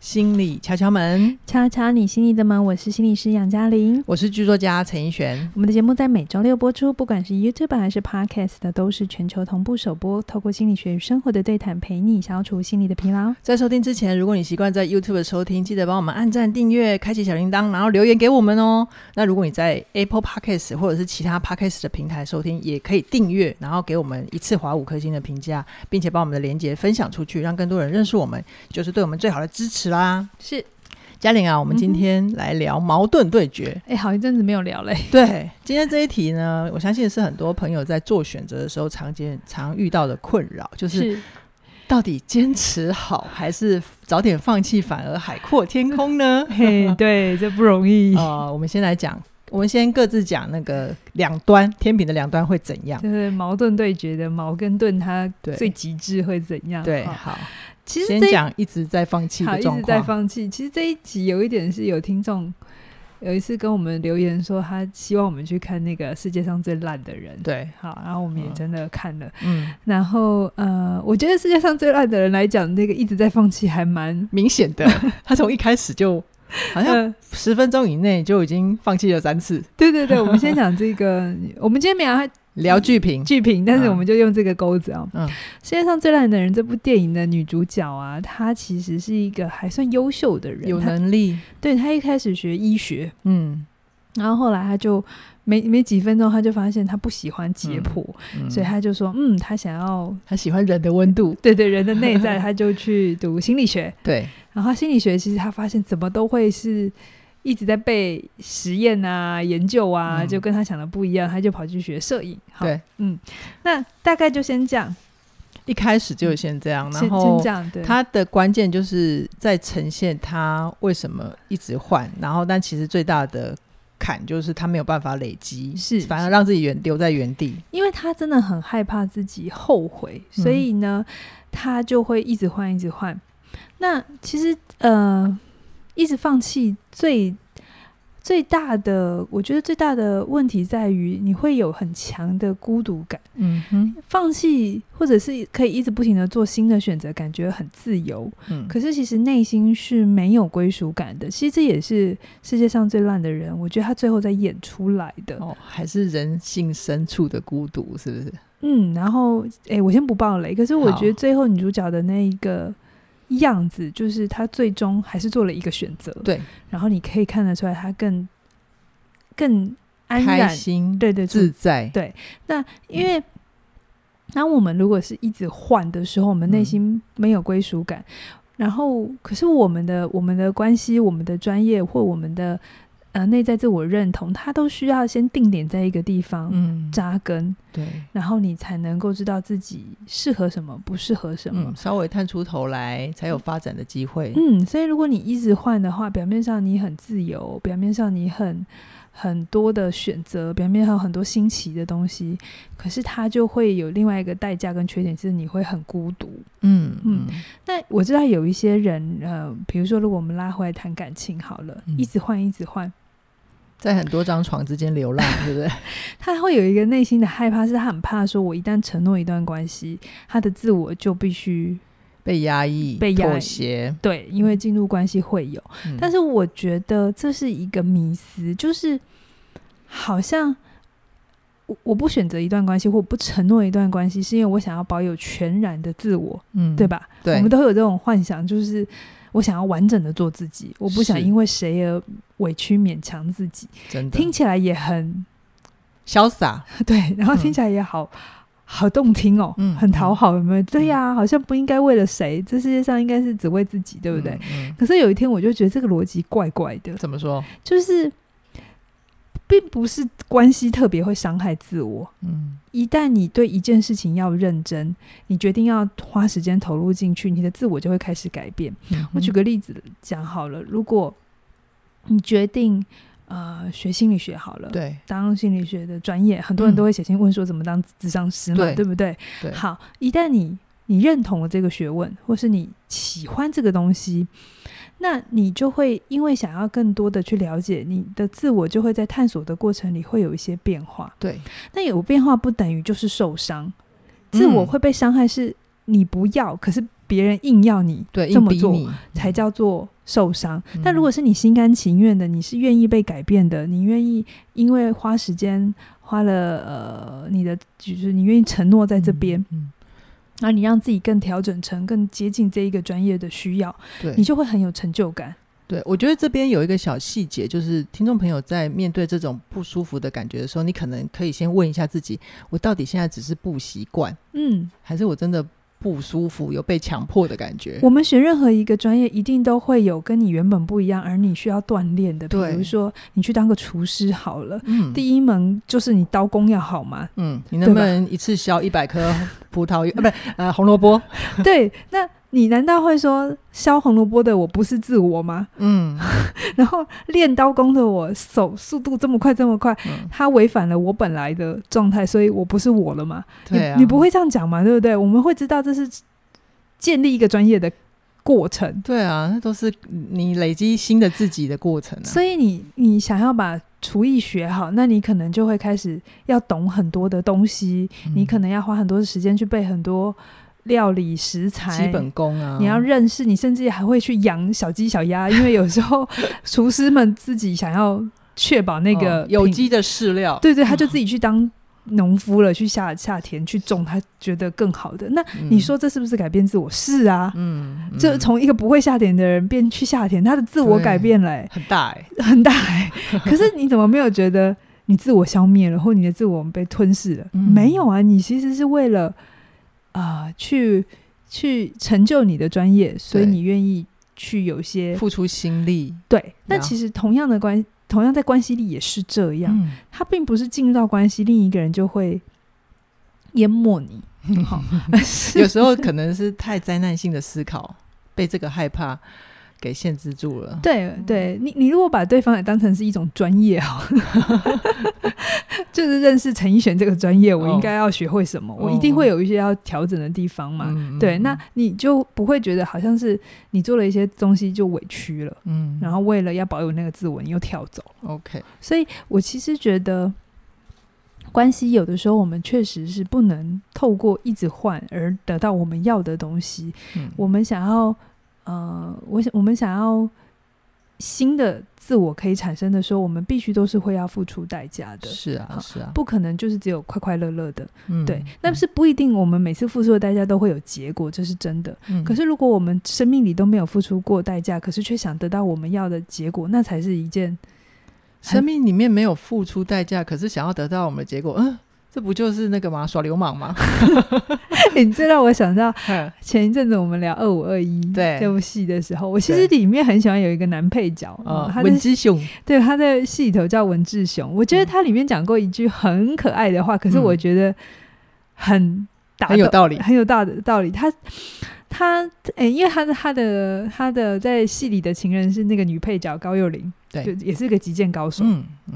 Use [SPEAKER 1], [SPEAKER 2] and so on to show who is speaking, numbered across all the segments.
[SPEAKER 1] 心理敲敲门，
[SPEAKER 2] 敲敲你心里的门，我是心理师杨嘉玲。
[SPEAKER 1] 我是剧作家陈奕璇。
[SPEAKER 2] 我们的节目在每周六播出，不管是 YouTube 还是 Podcast 的，都是全球同步首播。透过心理学与生活的对谈，陪你消除心理的疲劳。
[SPEAKER 1] 在收听之前，如果你习惯在 YouTube 收听，记得帮我们按赞、订阅、开启小铃铛，然后留言给我们哦。那如果你在 Apple Podcast 或者是其他 Podcast 的平台收听，也可以订阅，然后给我们一次划五颗星的评价，并且把我们的连接分享出去，让更多人认识我们，就是对我们最好的支持啦。
[SPEAKER 2] 是，
[SPEAKER 1] 嘉玲啊，我们今天来聊矛盾对决。
[SPEAKER 2] 哎、好一阵子没有聊嘞、
[SPEAKER 1] 对，今天这一题呢，我相信是很多朋友在做选择的时候常见、常遇到的困扰，就是
[SPEAKER 2] 是
[SPEAKER 1] 到底坚持好还是早点放弃，反而海阔天空呢？
[SPEAKER 2] 嘿，
[SPEAKER 1] 哎
[SPEAKER 2] 对，这不容易，
[SPEAKER 1] 呃，我们先来讲，我们先各自讲那个两端天平的两端会怎样？
[SPEAKER 2] 就是矛盾对决的矛跟盾，它
[SPEAKER 1] 对
[SPEAKER 2] 最极致会怎样？
[SPEAKER 1] 对，
[SPEAKER 2] 哈
[SPEAKER 1] 好，
[SPEAKER 2] 啊哦其实
[SPEAKER 1] 先
[SPEAKER 2] 这一
[SPEAKER 1] 讲一直在放弃
[SPEAKER 2] 好
[SPEAKER 1] 的
[SPEAKER 2] 一
[SPEAKER 1] 状
[SPEAKER 2] 直在
[SPEAKER 1] 况。
[SPEAKER 2] 放弃。其实这一集有一点是有听众有一次跟我们留言说，他希望我们去看那个世界上最烂的人。
[SPEAKER 1] 对，
[SPEAKER 2] 好，然后我们也
[SPEAKER 1] 嗯
[SPEAKER 2] 真的看了。
[SPEAKER 1] 嗯，
[SPEAKER 2] 然后呃，我觉得世界上最烂的人来讲，那个一直在放弃还蛮。
[SPEAKER 1] 明显 的，他从一开始就好像
[SPEAKER 2] 嗯，
[SPEAKER 1] 十分钟以内就已经放弃了三次。
[SPEAKER 2] 对对对，我们先讲这个， 我们今天没有它
[SPEAKER 1] 聊剧评，
[SPEAKER 2] 剧评，但是
[SPEAKER 1] 嗯
[SPEAKER 2] 我们就用这个钩子啊、
[SPEAKER 1] 嗯
[SPEAKER 2] 世界上最烂的人这部电影的女主角啊，她其实是一个还算优秀的人，
[SPEAKER 1] 有
[SPEAKER 2] 她
[SPEAKER 1] 能力，
[SPEAKER 2] 对她一开始学医学，
[SPEAKER 1] 嗯，
[SPEAKER 2] 然后后来她就没没几分钟，她就发现她不喜欢解
[SPEAKER 1] 嗯
[SPEAKER 2] 剖，
[SPEAKER 1] 嗯
[SPEAKER 2] 所以她就说，嗯，她想要
[SPEAKER 1] 他喜欢人的温度，
[SPEAKER 2] 对对人的内在，她就去读心理学。
[SPEAKER 1] 对，
[SPEAKER 2] 然后心理学其实他发现怎么都会是一直在被实验啊、研究啊，
[SPEAKER 1] 嗯
[SPEAKER 2] 就跟他想的不一样，他就跑去学摄影。好
[SPEAKER 1] 对，
[SPEAKER 2] 嗯，那大概就先这样，
[SPEAKER 1] 一开始就先这样，然
[SPEAKER 2] 先先
[SPEAKER 1] 后
[SPEAKER 2] 这样，对，
[SPEAKER 1] 他的关键就是在呈现他为什么一直换，然后但其实最大的坎就是他没有办法累积，
[SPEAKER 2] 是
[SPEAKER 1] 反而让自己原留在原地，
[SPEAKER 2] 因为他真的很害怕自己后悔，所以
[SPEAKER 1] 嗯
[SPEAKER 2] 呢，他就会一直换，一直换。那其实呃，一直放弃最最大的，我觉得最大的问题在于你会有很强的孤独感。
[SPEAKER 1] 嗯哼，
[SPEAKER 2] 放弃，或者是可以一直不停的做新的选择，感觉很自由。
[SPEAKER 1] 嗯，
[SPEAKER 2] 可是其实内心是没有归属感的。其实这也是世界上最烂的人，我觉得他最后在演出来的。
[SPEAKER 1] 哦，还是人性深处的孤独，是不是？
[SPEAKER 2] 嗯，然后诶，我先不爆雷。可是我
[SPEAKER 1] 好
[SPEAKER 2] 觉得最后女主角的那一个样子，就是她最终还是做了一个选择。
[SPEAKER 1] 对，
[SPEAKER 2] 然后你可以看得出来，她更更安
[SPEAKER 1] 开
[SPEAKER 2] 然。
[SPEAKER 1] 心，
[SPEAKER 2] 对对，
[SPEAKER 1] 自在，
[SPEAKER 2] 对那因为当我们如果是一直换的时候，我们内
[SPEAKER 1] 嗯
[SPEAKER 2] 心没有归属感，然后可是我们的我们的关系、我们的专业或我们的呃内在自我认同，它都需要先定点在一个地方、
[SPEAKER 1] 嗯，
[SPEAKER 2] 扎根，
[SPEAKER 1] 对，
[SPEAKER 2] 然后你才能够知道自己适合什么，不适合什么
[SPEAKER 1] 嗯，。稍微探出头来才有发展的机会，
[SPEAKER 2] 嗯，所以如果你一直换的话，表面上你很自由，表面上你很很多的选择，表面上有很多新奇的东西，可是它就会有另外一个代价跟缺点，就是你会很孤独。
[SPEAKER 1] 嗯
[SPEAKER 2] 嗯那我知道有一些人，呃，比如说如果我们拉回来谈感情好了，
[SPEAKER 1] 嗯
[SPEAKER 2] 一直换一直换，
[SPEAKER 1] 在很多张床之间流浪，对不 对？
[SPEAKER 2] 他会有一个内心的害怕，是他很怕说，我一旦承诺一段关系，他的自我就必须
[SPEAKER 1] 被压抑、
[SPEAKER 2] 被压抑
[SPEAKER 1] 妥协，
[SPEAKER 2] 对，因为进入关系会有。
[SPEAKER 1] 嗯
[SPEAKER 2] 但是我觉得这是一个迷思，就是好像我我不选择一段关系，或不承诺一段关系，是因为我想要保有全然的自我，
[SPEAKER 1] 嗯
[SPEAKER 2] 对？吧？
[SPEAKER 1] 对，
[SPEAKER 2] 我们都会有这种幻想，就是我想要完整的做自己，我不想
[SPEAKER 1] 是
[SPEAKER 2] 因为谁而委屈勉强自己。
[SPEAKER 1] 真的
[SPEAKER 2] 听起来也很
[SPEAKER 1] 潇洒，
[SPEAKER 2] 对，然后听
[SPEAKER 1] 嗯
[SPEAKER 2] 起来也好。好动听哦，
[SPEAKER 1] 嗯
[SPEAKER 2] 很讨
[SPEAKER 1] 嗯
[SPEAKER 2] 好，有没有？对呀、好像不应该为了谁，这世界上应该是只为自己，对不对？
[SPEAKER 1] 嗯？嗯
[SPEAKER 2] 可是有一天，我就觉得这个逻辑怪怪的，
[SPEAKER 1] 怎么说？
[SPEAKER 2] 就是并不是关系特别会伤害自我。
[SPEAKER 1] 嗯，
[SPEAKER 2] 一旦你对一件事情要认真，你决定要花时间投入进去，你的自我就会开始改变。我举
[SPEAKER 1] 觉
[SPEAKER 2] 个例子讲好了，如果你决定呃学心理学好了
[SPEAKER 1] 得，对
[SPEAKER 2] 当心理学的专业，很多人
[SPEAKER 1] 嗯
[SPEAKER 2] 都会写信问说怎么当智商师嘛，
[SPEAKER 1] 对
[SPEAKER 2] 对不对？
[SPEAKER 1] 对
[SPEAKER 2] 好，一旦你你认同了这个学问，或是你喜欢这个东西，那你就会因为想要更多的去了解，你的自我就会在探索的过程里会有一些变化。
[SPEAKER 1] 对，
[SPEAKER 2] 那有变化不等于就是受伤，自我
[SPEAKER 1] 嗯
[SPEAKER 2] 会被伤害是你不要，可是别人硬要你
[SPEAKER 1] 对，
[SPEAKER 2] 这
[SPEAKER 1] 硬
[SPEAKER 2] 么
[SPEAKER 1] 逼
[SPEAKER 2] 做
[SPEAKER 1] 你
[SPEAKER 2] 才叫做受伤。
[SPEAKER 1] 嗯
[SPEAKER 2] 但如果是你心甘情愿的，你是愿意被改变的，你愿意因为花时间花了呃你的，就是你愿意承诺在这边，，
[SPEAKER 1] 嗯
[SPEAKER 2] 然后你让自己更调整成更接近这一个专业的需要，
[SPEAKER 1] 嗯对，
[SPEAKER 2] 你就会很有成就感。
[SPEAKER 1] 对，我觉得这边有一个小细节，就是听众朋友在面对这种不舒服的感觉的时候，你可能可以先问一下自己：我到底现在只是不习惯，
[SPEAKER 2] 嗯，
[SPEAKER 1] 还是我真的不舒服，有被强迫的感觉？
[SPEAKER 2] 嗯我们选任何一个专业，一定都会有跟你原本不一样，而你需要锻炼的。比
[SPEAKER 1] 对
[SPEAKER 2] 如说，你去当个厨师好了，
[SPEAKER 1] 嗯。
[SPEAKER 2] 第一门就是你刀工要好嘛
[SPEAKER 1] 嗯，你能不能一次削一百颗葡萄 呃，不是呃红萝 卜？
[SPEAKER 2] 对，那你难道会说削红萝卜的我不是自我吗？
[SPEAKER 1] 嗯，
[SPEAKER 2] 然后练刀工的我手速度这么快这么快，
[SPEAKER 1] 嗯
[SPEAKER 2] 它违反了我本来的状态，所以我不是我了嘛？
[SPEAKER 1] 对啊
[SPEAKER 2] 你，你不会这样讲嘛？对不对？我们会知道这是建立一个专业的过程。
[SPEAKER 1] 对啊，那都是你累积新的自己的过程啊。
[SPEAKER 2] 所以你你想要把厨艺学好，那你可能就会开始要懂很多的东西，
[SPEAKER 1] 嗯
[SPEAKER 2] 你可能要花很多的时间去背很多料理食
[SPEAKER 1] 嗯
[SPEAKER 2] 材，
[SPEAKER 1] 基本功啊，
[SPEAKER 2] 哎你要认识，你甚至还会去养小鸡小鸭，因为有时候 厨师们自己想要确保那个、
[SPEAKER 1] 哦有，机的饲料，
[SPEAKER 2] 对对，他就自己去当。农夫了，去下下田去种他觉得更好的。那你
[SPEAKER 1] 嗯
[SPEAKER 2] 说这是不是改变自我？是啊，
[SPEAKER 1] 嗯，嗯
[SPEAKER 2] 就从一个不会下田的人变去下田，他的自我
[SPEAKER 1] 对
[SPEAKER 2] 改变了、欸
[SPEAKER 1] 很大哎，
[SPEAKER 2] 很大、欸，可是你怎么没有觉得你自我消灭了，或你的自我被吞噬了？
[SPEAKER 1] 嗯
[SPEAKER 2] 没有啊，你其实是为了啊、呃去去成就你的专业，所以
[SPEAKER 1] 对
[SPEAKER 2] 你愿意去有些
[SPEAKER 1] 付出心力，
[SPEAKER 2] 对。那
[SPEAKER 1] 了
[SPEAKER 2] 其实同样的关，同样在关系里也是这样，
[SPEAKER 1] 嗯
[SPEAKER 2] 他并不是进入到关系，另一个人就会淹没你。 好，而是
[SPEAKER 1] 有时候可能是太灾难性的思考，被这个害怕给限制住了。
[SPEAKER 2] 对对，你你如果把对方也当成是一种专业哦， 就是认识陈奕迅这个专业，我应
[SPEAKER 1] 哦
[SPEAKER 2] 该要学会什么，我一定
[SPEAKER 1] 哦
[SPEAKER 2] 会有一些要调整的地方嘛。
[SPEAKER 1] 嗯
[SPEAKER 2] 对，那你就不会觉得好像是你做了一些东西就委屈了，
[SPEAKER 1] 嗯
[SPEAKER 2] 然后为了要保有那个自我，你又跳走。
[SPEAKER 1] OK，
[SPEAKER 2] 所以我其实觉得，关系有的时候我们确实是不能透过一直换而得到我们要的东西。
[SPEAKER 1] 嗯
[SPEAKER 2] 我们想要，呃，我想我们想要新的自我可以产生的时候，我们必须都是会要付出代价的，
[SPEAKER 1] 是啊
[SPEAKER 2] 好
[SPEAKER 1] 是啊，
[SPEAKER 2] 不可能就是只有快快乐乐的。
[SPEAKER 1] 嗯
[SPEAKER 2] 对，但是不一定我们每次付出的代价都会有结果，这是真的。
[SPEAKER 1] 嗯
[SPEAKER 2] 可是如果我们生命里都没有付出过代价，可是却想得到我们要的结果，那才是一件
[SPEAKER 1] 生命里面没有付出代价，可是想要得到我们的结果，嗯，这不就是那个吗？耍流氓 吗？
[SPEAKER 2] 你这让我想到
[SPEAKER 1] 嗯
[SPEAKER 2] 前一阵子我们聊《二五二一》
[SPEAKER 1] 对
[SPEAKER 2] 这部戏的时候，我其实里面很喜欢有一个男配角，嗯
[SPEAKER 1] 呃，
[SPEAKER 2] 他的
[SPEAKER 1] 文之雄，
[SPEAKER 2] 对他的戏里头叫文志雄，我觉得他里面讲过一句很可爱的话，可是我觉得很打
[SPEAKER 1] 嗯很有道理
[SPEAKER 2] 很有道道理。他他诶、因为他的他的他的在戏里的情人是那个女配角高幼霖，
[SPEAKER 1] 对
[SPEAKER 2] 就也是个击剑高手。
[SPEAKER 1] 嗯嗯，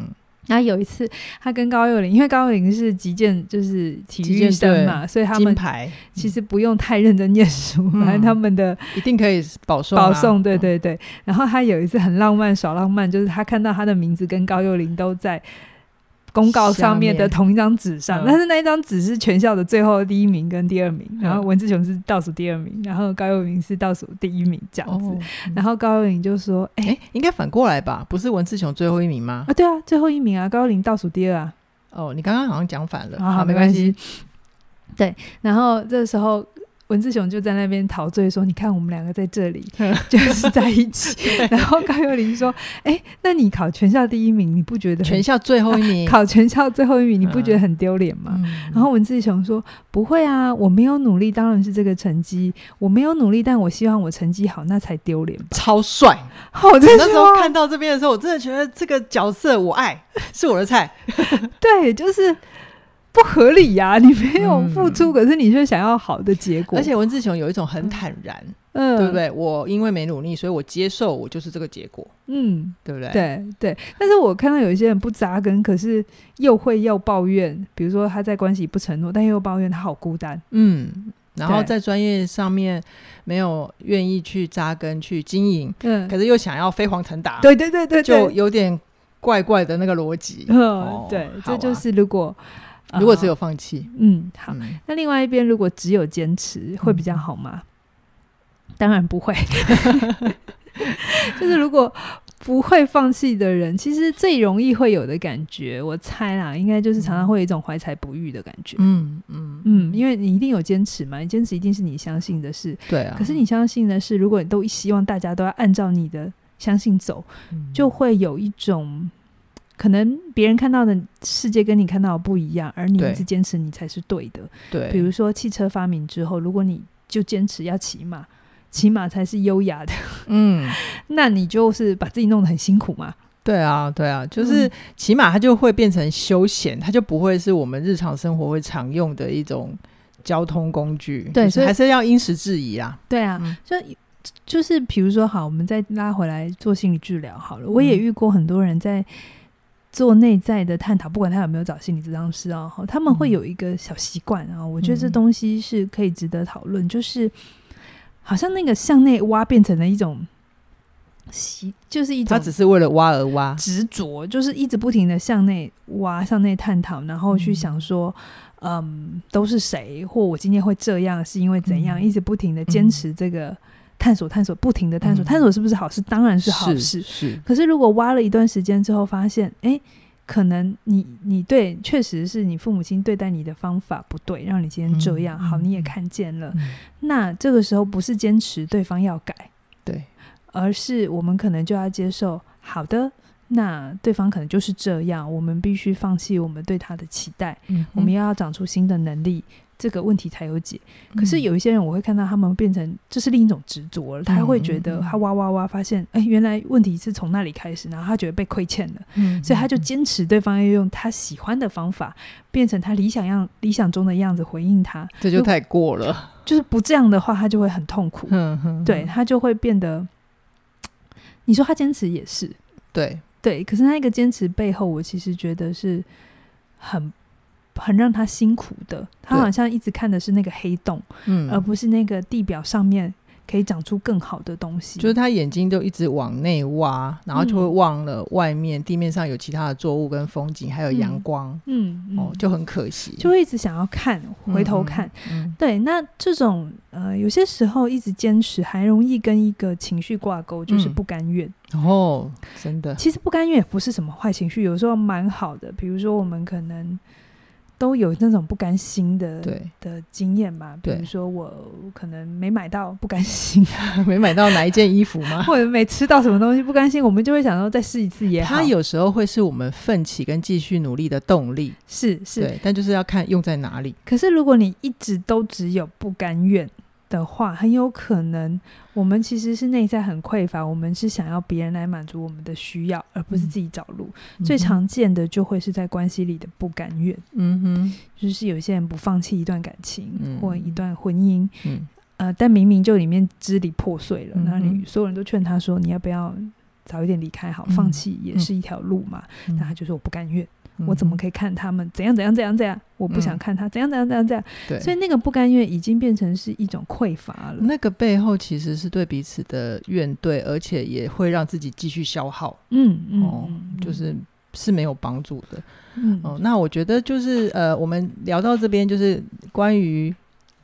[SPEAKER 2] 然后有一次，他跟高幼霖，因为高幼霖是击剑就是体
[SPEAKER 1] 击
[SPEAKER 2] 育
[SPEAKER 1] 剑
[SPEAKER 2] 生嘛，所以他
[SPEAKER 1] 金
[SPEAKER 2] 们
[SPEAKER 1] 牌
[SPEAKER 2] 其实不用太认真念书，
[SPEAKER 1] 嗯
[SPEAKER 2] 反正他们的
[SPEAKER 1] 一定可以保送啊，
[SPEAKER 2] 保送，对
[SPEAKER 1] 嗯，
[SPEAKER 2] 对对。然后他有一次很浪漫，耍浪漫，就是他看到他的名字跟高幼霖都在公告上面的
[SPEAKER 1] 下面
[SPEAKER 2] 同一张纸上，
[SPEAKER 1] 嗯
[SPEAKER 2] 但是那一张纸是全校的最后第一名跟第二名，然后
[SPEAKER 1] 嗯
[SPEAKER 2] 文志雄是倒数第二名，然后高幼霖是倒数第一名这样子。
[SPEAKER 1] 哦，
[SPEAKER 2] 然后高幼霖就说：“哎、
[SPEAKER 1] 哎，应该反过来吧？不是文志雄最后一名吗
[SPEAKER 2] 啊，？对啊，最后一名啊，高幼霖倒数第二啊。”
[SPEAKER 1] 哦，你刚刚好像讲反了，
[SPEAKER 2] 好好
[SPEAKER 1] 好，
[SPEAKER 2] 啊没
[SPEAKER 1] 关
[SPEAKER 2] 关系。对，然后这时候文志雄就在那边陶醉说：“你看我们两个在 这里就是在一起。”然后高幼霖说：“哎、那你考全校第一名，你不觉得很
[SPEAKER 1] 全校最后一 名，
[SPEAKER 2] 考全校最后一名，你不觉得很丢脸吗？”
[SPEAKER 1] 嗯
[SPEAKER 2] 然后文志雄说：“不会啊，我没有努力，当然是这个成绩。我没有努力，但我希望我成绩好，那才 丢脸吧。
[SPEAKER 1] 超帅。
[SPEAKER 2] 哦”我这
[SPEAKER 1] 我那
[SPEAKER 2] 句
[SPEAKER 1] 时候
[SPEAKER 2] 话
[SPEAKER 1] 看到这边的时候，我真的觉得这个角色我爱， 是我的菜。
[SPEAKER 2] 对，就是不合理呀、你没有
[SPEAKER 1] 嗯
[SPEAKER 2] 付出，可是你却想要好的结果，
[SPEAKER 1] 而且文志雄有一种很坦然，
[SPEAKER 2] 嗯，
[SPEAKER 1] 对不？对？我因为没努力，所以我接受我就是这个结果，
[SPEAKER 2] 嗯，
[SPEAKER 1] 对不对？，
[SPEAKER 2] 对对，但是我看到有一些人不扎根，可是又会又抱怨，比如说他在关系不承诺，但又抱怨他好孤单。
[SPEAKER 1] 嗯。然后
[SPEAKER 2] 对
[SPEAKER 1] 在专业上面没有愿意去扎根去经营，
[SPEAKER 2] 嗯，
[SPEAKER 1] 可是又想要飞黄腾达，
[SPEAKER 2] 对对对对
[SPEAKER 1] 就
[SPEAKER 2] 对，
[SPEAKER 1] 有点怪怪的那个逻辑。
[SPEAKER 2] 嗯、
[SPEAKER 1] 哦
[SPEAKER 2] 对，
[SPEAKER 1] 好
[SPEAKER 2] 这就
[SPEAKER 1] 啊
[SPEAKER 2] 是如果、
[SPEAKER 1] 如果只
[SPEAKER 2] 有
[SPEAKER 1] 有放弃，
[SPEAKER 2] 啊嗯好，
[SPEAKER 1] 嗯
[SPEAKER 2] 那另外一边如果只有坚持会比较
[SPEAKER 1] 嗯
[SPEAKER 2] 好吗？当然不会， 就是如果不会放弃的人，其实最容易会有的感觉，我猜啦，应该就是常常会有一种怀才不遇的感觉。
[SPEAKER 1] 嗯嗯
[SPEAKER 2] 嗯，因为你一定有坚持嘛，你坚持一定是你相信的事。
[SPEAKER 1] 对啊。
[SPEAKER 2] 可是你相信的是，如果你都希望大家都要按照你的相信走，
[SPEAKER 1] 嗯
[SPEAKER 2] 就会有一种可能别人看到的世界跟你看到的不一样，而你
[SPEAKER 1] 对
[SPEAKER 2] 一直坚持你才是对的。
[SPEAKER 1] 对，
[SPEAKER 2] 比如说汽车发明之后，如果你就坚持要骑马，骑马才是优雅的，
[SPEAKER 1] 嗯，
[SPEAKER 2] 那你就是把自己弄得很辛苦嘛。
[SPEAKER 1] 对啊，对啊，就是
[SPEAKER 2] 嗯
[SPEAKER 1] 起码它就会变成休闲，它就不会是我们日常生活会常用的一种交通工具。
[SPEAKER 2] 对
[SPEAKER 1] 就是
[SPEAKER 2] 所以
[SPEAKER 1] 还是要因时制宜啊。
[SPEAKER 2] 对啊，
[SPEAKER 1] 嗯
[SPEAKER 2] 就就是比如说，好，我们再拉回来做心理治疗好了。我也遇过很多人在做内在的探讨，不管他有没有找心理治疗师啊，哈他们会有一个小习惯啊，我觉得这
[SPEAKER 1] 嗯
[SPEAKER 2] 东西是可以值得讨论，就是好像那个向内挖变成了一种习，就是一
[SPEAKER 1] 它
[SPEAKER 2] 种
[SPEAKER 1] 只是为了挖而挖。
[SPEAKER 2] 执着，就是一直不停的向内挖、向内探讨，然后去想说，嗯，都是谁，或我今天会这样是因为怎样，
[SPEAKER 1] 嗯
[SPEAKER 2] 一直不停的坚持这个探索、探索、不停的探索、
[SPEAKER 1] 嗯
[SPEAKER 2] 探索是不是好事？当然是好事。
[SPEAKER 1] 是，
[SPEAKER 2] 可是如果挖了一段时间之后，发现，哎，可能你你对，确实是你父母亲对待你的方法不对，让你今天这样。
[SPEAKER 1] 嗯
[SPEAKER 2] 好，
[SPEAKER 1] 嗯
[SPEAKER 2] 你也
[SPEAKER 1] 嗯
[SPEAKER 2] 看见了。
[SPEAKER 1] 嗯
[SPEAKER 2] 那这个时候不是坚持对方要改，
[SPEAKER 1] 对，
[SPEAKER 2] 而是我们可能就要接受，好的，那对方可能就是这样，我们必须放弃我们对他的期待，
[SPEAKER 1] 嗯
[SPEAKER 2] 我们要长出新的能力，这个问题才有解。
[SPEAKER 1] 嗯
[SPEAKER 2] 可是有一些人，我会看到他们变成这是另一种执着了，他会觉得
[SPEAKER 1] 嗯嗯嗯
[SPEAKER 2] 他挖挖挖，发现哎，原来问题是从那里开始，然后他觉得被亏欠了，
[SPEAKER 1] 嗯，嗯
[SPEAKER 2] 所以他就
[SPEAKER 1] 嗯
[SPEAKER 2] 坚持对方要用他喜欢的方法，变成他理想样理想中的样子回应他，
[SPEAKER 1] 嗯这就太过了。
[SPEAKER 2] 就是不这样的话，他就会很痛苦。
[SPEAKER 1] 嗯哼，
[SPEAKER 2] 对
[SPEAKER 1] 哼
[SPEAKER 2] 他就会变得，你说他坚持也是
[SPEAKER 1] 对，
[SPEAKER 2] 对，可是他那个坚持背后，我其实觉得是很很让他辛苦的。他
[SPEAKER 1] 对
[SPEAKER 2] 好像一直看的是那个黑洞，
[SPEAKER 1] 嗯，
[SPEAKER 2] 而不是那个地表上面可以长出更好的东西。
[SPEAKER 1] 就是他眼睛都一直往内挖，然后就会
[SPEAKER 2] 嗯
[SPEAKER 1] 忘了外面地面上有其他的作物跟风景，还有阳光，
[SPEAKER 2] 嗯，嗯
[SPEAKER 1] 哦，就很可惜。
[SPEAKER 2] 就会一直想要看，回头看。
[SPEAKER 1] 嗯，
[SPEAKER 2] 对，那这种呃，有些时候一直坚持，还容易跟一个情绪挂钩，就是
[SPEAKER 1] 嗯
[SPEAKER 2] 不甘愿。
[SPEAKER 1] 然 后真的，
[SPEAKER 2] 其实不甘愿也不是什么坏情绪，有时候蛮好的。比如说，我们可能都有那种不甘心的
[SPEAKER 1] 对，
[SPEAKER 2] 的经验嘛。比
[SPEAKER 1] 对
[SPEAKER 2] 如说，我可能没买到，不甘心，
[SPEAKER 1] 没买到哪一件衣服吗？
[SPEAKER 2] 或者没吃到什么东西，不甘心，我们就会想说再试一次也好。
[SPEAKER 1] 它有时候会是我们奋起跟继续努力的动力，
[SPEAKER 2] 是是，
[SPEAKER 1] 对，但就是要看用在哪里。
[SPEAKER 2] 可是如果你一直都只有不甘愿。的话，很有可能我们其实是内在很匮乏，我们是想要别人来满足我们的需要，而不是
[SPEAKER 1] 嗯
[SPEAKER 2] 自己找路。最常见的就会是在关系里的不甘愿。
[SPEAKER 1] 嗯哼，
[SPEAKER 2] 就是有些人不放弃一段感情、
[SPEAKER 1] 嗯
[SPEAKER 2] 或一段婚姻，
[SPEAKER 1] 嗯
[SPEAKER 2] 呃，但明明就里面支离破碎了，
[SPEAKER 1] 嗯哼
[SPEAKER 2] 那、你所有人都劝他说，你要不要早一点离开好，
[SPEAKER 1] 嗯
[SPEAKER 2] 放弃也是一条路嘛。
[SPEAKER 1] 嗯
[SPEAKER 2] 那他就说我不甘愿，
[SPEAKER 1] 嗯
[SPEAKER 2] 我怎么可以看他们怎样怎样怎样怎样，我不想看他、怎样怎样怎样怎样。
[SPEAKER 1] 对？
[SPEAKER 2] 所以那个不甘愿已经变成是一种匮乏了。
[SPEAKER 1] 那个背后其实是对彼此的怨怼，而且也会让自己继续消耗，
[SPEAKER 2] 嗯嗯、
[SPEAKER 1] 哦
[SPEAKER 2] 嗯
[SPEAKER 1] 就是是没有帮助的。
[SPEAKER 2] 嗯
[SPEAKER 1] 哦，那我觉得就是呃，我们聊到这边就是关于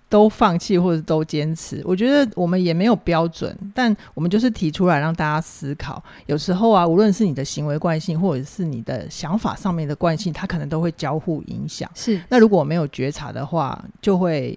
[SPEAKER 1] 都放弃或者都坚持，我觉得我们也没有标准，但我们就是提出来让大家思考。有时候啊，无论是你的行为惯性，或者是你的想法上面的惯性，它可能都会交互影响。
[SPEAKER 2] 是
[SPEAKER 1] 那如果没有觉察的话，就会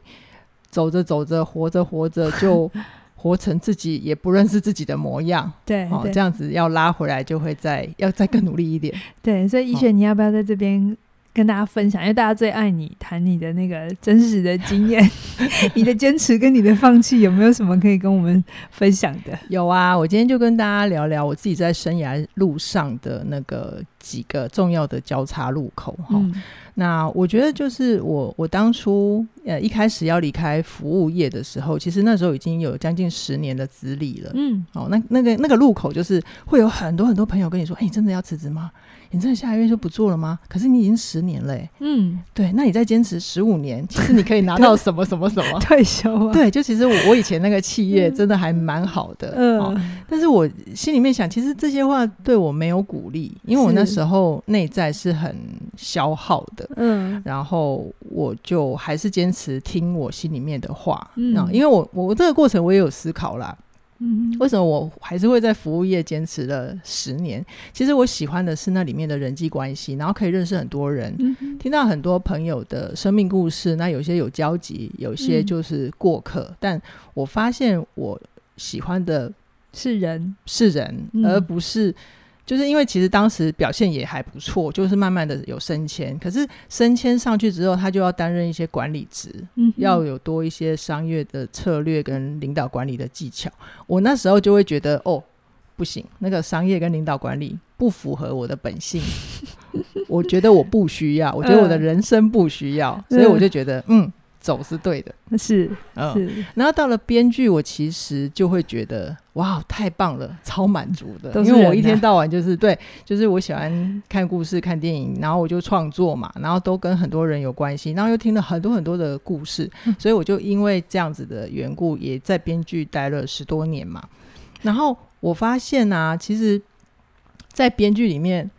[SPEAKER 1] 走着走着，活着活着就活成自己也不认识自己的模样。
[SPEAKER 2] 对
[SPEAKER 1] 哦，
[SPEAKER 2] 哎对
[SPEAKER 1] 这样子要拉回来，就会再要再更努力一点。
[SPEAKER 2] 对，所以医
[SPEAKER 1] 哦
[SPEAKER 2] 学你要不要在这边跟大家分享？因为大家最爱你谈你的那个真实的经 验， 你的坚持跟你的放弃，有没有什么可以跟我们分享的？
[SPEAKER 1] 有啊，我今天就跟大家聊聊我自己在生涯路上的那个几个重要的交叉路口哈、
[SPEAKER 2] 嗯
[SPEAKER 1] 那我觉得就是我我当初呃一开始要离开服务业的时候，其实那时候已经有将近十年的资历了。
[SPEAKER 2] 嗯
[SPEAKER 1] 哦，那那个那个路口就是会有很多很多朋友跟你说，哎、你真的要辞职吗？你真的下个月就不做了吗？可是你已经十年了、哎
[SPEAKER 2] 嗯，。
[SPEAKER 1] 对，那你再坚持十五年，其实你可以拿到什么什么什么
[SPEAKER 2] 退休啊，，
[SPEAKER 1] 对，就其实我我以前那个企业真的还蛮好的，
[SPEAKER 2] 嗯、
[SPEAKER 1] 哦但是我心里面想，其实这些话对我没有鼓励，因为我那
[SPEAKER 2] 是
[SPEAKER 1] 时候内在是很消耗的，
[SPEAKER 2] 嗯
[SPEAKER 1] 然后我就还是坚持听我心里面的话。
[SPEAKER 2] 嗯
[SPEAKER 1] 那因为我我这个过程我也有思考啦，
[SPEAKER 2] 嗯哼，
[SPEAKER 1] 为什么我还是会在服务业坚持了十年？其实我喜欢的是那里面的人际关系，然后可以认识很多人，
[SPEAKER 2] 嗯哼
[SPEAKER 1] 听到很多朋友的生命故事，那有些有交集，有些
[SPEAKER 2] 嗯
[SPEAKER 1] 就是过客。但我发现我喜欢的
[SPEAKER 2] 是人，
[SPEAKER 1] 是人，
[SPEAKER 2] 嗯
[SPEAKER 1] 而不是就是因为其实当时表现也还不错，就是慢慢的有升迁。可是升迁上去之后，他就要担任一些管理职，
[SPEAKER 2] 嗯哼，
[SPEAKER 1] 要有多一些商业的策略跟领导管理的技巧。我那时候就会觉得，哦，不行，那个商业跟领导管理不符合我的本性， 我觉得我不需要，我觉得我
[SPEAKER 2] 嗯
[SPEAKER 1] 的人生不需要，所以我就觉得，嗯，走是对的，
[SPEAKER 2] 是
[SPEAKER 1] 嗯。
[SPEAKER 2] 是
[SPEAKER 1] 然后到了编剧，我其实就会觉得，哇，太棒了，超满足的，
[SPEAKER 2] 都是
[SPEAKER 1] 因为
[SPEAKER 2] 人
[SPEAKER 1] 我一
[SPEAKER 2] 啊
[SPEAKER 1] 天到晚就是对，就是我喜欢看故事、看电影，然后我就创作嘛，然后都跟很多人有关系，然后又听了很多很多的故事，
[SPEAKER 2] 嗯
[SPEAKER 1] 所以我就因为这样子的缘故，也在编剧待了十多年嘛。然后我发现啊，其实，在编剧里面，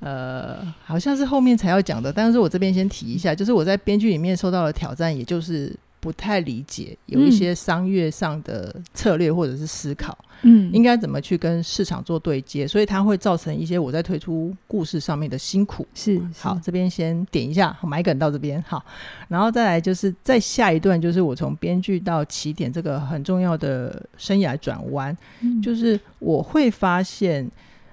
[SPEAKER 1] 呃，好像是后面才要讲的，但是我这边先提一下，就是我在编剧里面受到的挑战，也就是不太理解有一些商业上的策略或者是思考，
[SPEAKER 2] 嗯
[SPEAKER 1] 应该怎么去跟市场做对接，所以它会造成一些我在推出故事上面的辛苦。
[SPEAKER 2] 是
[SPEAKER 1] 好，，这边先点一下，好买梗到这边好，然后再来就是再下一段，就是我从编剧到起点这个很重要的生涯转弯，
[SPEAKER 2] 嗯
[SPEAKER 1] 就是是我会发现，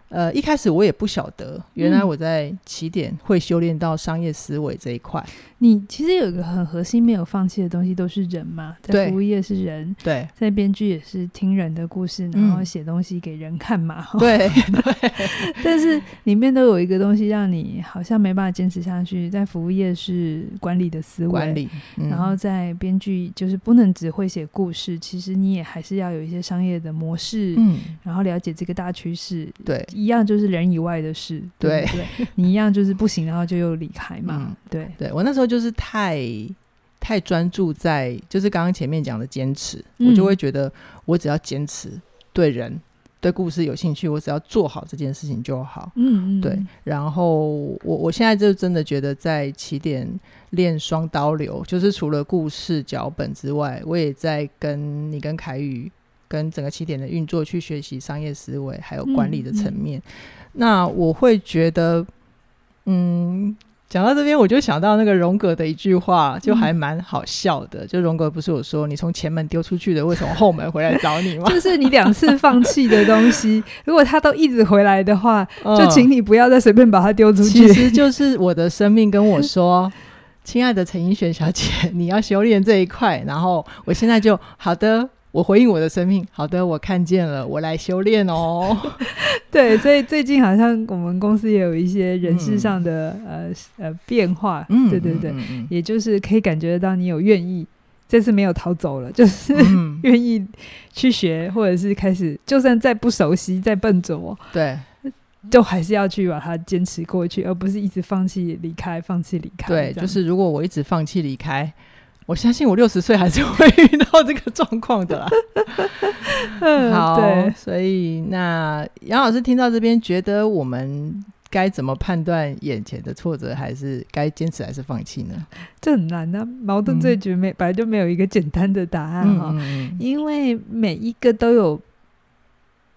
[SPEAKER 1] 呃，一开始我也不晓得，原来
[SPEAKER 2] 嗯
[SPEAKER 1] 我在起点会修炼到商业思维这一块，
[SPEAKER 2] 你其实有一个很核心没有放弃的东西，都是人嘛，在
[SPEAKER 1] 对
[SPEAKER 2] 服务业是人，
[SPEAKER 1] 对
[SPEAKER 2] 在编剧也是听人的故事，然后写东西给人看嘛。
[SPEAKER 1] 嗯对
[SPEAKER 2] 但是里面都有一个东西让你好像没办法坚持下去，在服务业是管理的思维，
[SPEAKER 1] 管理，嗯
[SPEAKER 2] 然后在编剧就是不能只会写故事，其实你也还是要有一些商业的模式，
[SPEAKER 1] 嗯，
[SPEAKER 2] 然后了解这个大趋势。
[SPEAKER 1] 对
[SPEAKER 2] 一样就是人以外的事，对不对你一样就是不行，然后就又离开嘛。
[SPEAKER 1] 嗯
[SPEAKER 2] 对，
[SPEAKER 1] 对我那时候就是太太专注在，就是刚刚前面讲的坚持，
[SPEAKER 2] 嗯
[SPEAKER 1] 我就会觉得我只要坚持对人对故事有兴趣，我只要做好这件事情就好。
[SPEAKER 2] 嗯嗯，
[SPEAKER 1] 对， 然后我我现在就真的觉得在起点练双刀流，就是除了故事脚本之外，我也在跟你跟凯宇跟整个起点的运作去学习商业思维，还有管理的层面。那我会觉得，嗯。讲到这边，我就想到那个荣格的一句话，就还蛮好笑的。就荣格不是有说，你从前门丢出去的，会从后门回来找你吗？
[SPEAKER 2] 就是你两次放弃的东西，如果他都一直回来的话，就
[SPEAKER 1] 嗯
[SPEAKER 2] 请你不要再随便把它丢出去
[SPEAKER 1] 其。 实就是我的生命跟我说：“亲爱的陈奕璇小姐，你要修炼这一块。”然后我现在就好的，我回应我的生命，好的，我看见了，我来修炼 哦。
[SPEAKER 2] 对，所以最近好像我们公司也有一些人事上的、呃呃变化，对对对，
[SPEAKER 1] 嗯
[SPEAKER 2] 也就是可以感觉到你有愿意，这次没有逃走了，就是、
[SPEAKER 1] 嗯
[SPEAKER 2] 愿意去学，或者是开始，就算再不熟悉、再笨拙，
[SPEAKER 1] 对
[SPEAKER 2] 就还是要去把它坚持过去，而不是一直放弃离开、放弃离开。
[SPEAKER 1] 对，
[SPEAKER 2] 这
[SPEAKER 1] 就
[SPEAKER 2] 样
[SPEAKER 1] 是如果我一直放弃离开。我相信我六十岁还是会遇到这个状况的啦。
[SPEAKER 2] 嗯
[SPEAKER 1] 好
[SPEAKER 2] 对，，
[SPEAKER 1] 所以那杨老师听到这边，觉得我们该怎么判断眼前的挫折，还是该坚持还是放弃呢？
[SPEAKER 2] 这很难啊。矛盾最局没、本来就没有一个简单的答案哈、
[SPEAKER 1] 嗯
[SPEAKER 2] 因为每一个都有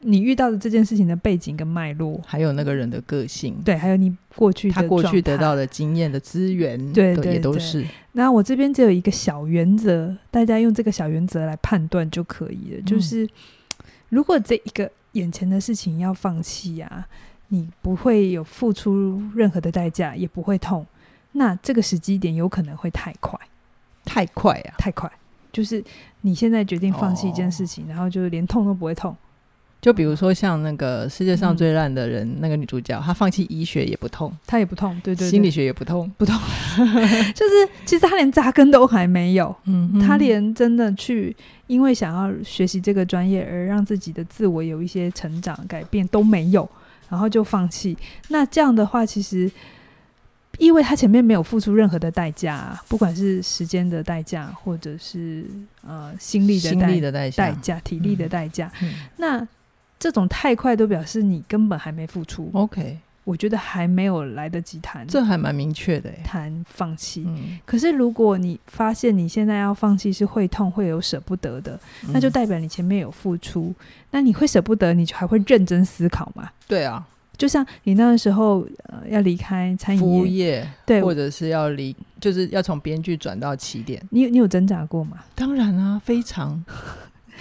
[SPEAKER 2] 你遇到的这件事情的背景跟脉络，
[SPEAKER 1] 还有那个人的个性，
[SPEAKER 2] 对，还有你过去的
[SPEAKER 1] 他过去
[SPEAKER 2] 状态
[SPEAKER 1] 得到的经验的资源，
[SPEAKER 2] 对对
[SPEAKER 1] 也都
[SPEAKER 2] 对
[SPEAKER 1] 是
[SPEAKER 2] 那我这边只有一个小原则，大家用这个小原则来判断就可以了。就
[SPEAKER 1] 嗯
[SPEAKER 2] 是如果这一个眼前的事情要放弃啊，你不会有付出任何的代价，也不会痛，那这个时机点有可能会太快，
[SPEAKER 1] 太快啊！
[SPEAKER 2] 太快。就是你现在决定放弃一件
[SPEAKER 1] 哦
[SPEAKER 2] 事情，然后就连痛都不会痛，
[SPEAKER 1] 就比如说像那个世界上
[SPEAKER 2] 嗯
[SPEAKER 1] 最烂的人，那个女主角，她放弃医学也不痛，
[SPEAKER 2] 它也不痛。对对对，
[SPEAKER 1] 心理学也不痛，
[SPEAKER 2] 不痛，就是其实他连扎根都还没有，
[SPEAKER 1] 嗯
[SPEAKER 2] 他连真的去因为想要学习这个专业而让自己的自我有一些成长改变都没有，然后就放弃。那这样的话，其实因为他前面没有付出任何的代价啊、不管是时间的代价，或者是呃心力的
[SPEAKER 1] 心
[SPEAKER 2] 代
[SPEAKER 1] 理的代
[SPEAKER 2] 代
[SPEAKER 1] 价。
[SPEAKER 2] 价、体力的代价，
[SPEAKER 1] 嗯
[SPEAKER 2] 那这种太快都表示你根本还没付出。
[SPEAKER 1] OK，
[SPEAKER 2] 我觉得还没有来得及谈
[SPEAKER 1] 哦这还蛮明确的欸。
[SPEAKER 2] 谈放弃。
[SPEAKER 1] 嗯，
[SPEAKER 2] 可是如果你发现你现在要放弃是会痛，会有舍不得的，那就
[SPEAKER 1] 嗯
[SPEAKER 2] 代表你前面有付出。那你会舍不得，你就还会认真思考嘛？
[SPEAKER 1] 对啊，
[SPEAKER 2] 就像你那个时候呃要离开餐
[SPEAKER 1] 服务
[SPEAKER 2] 饮业，
[SPEAKER 1] 业
[SPEAKER 2] 对
[SPEAKER 1] 或者是要离，就是要从编剧转到起点。
[SPEAKER 2] 你你有挣扎过吗？
[SPEAKER 1] 当然啊，非 常，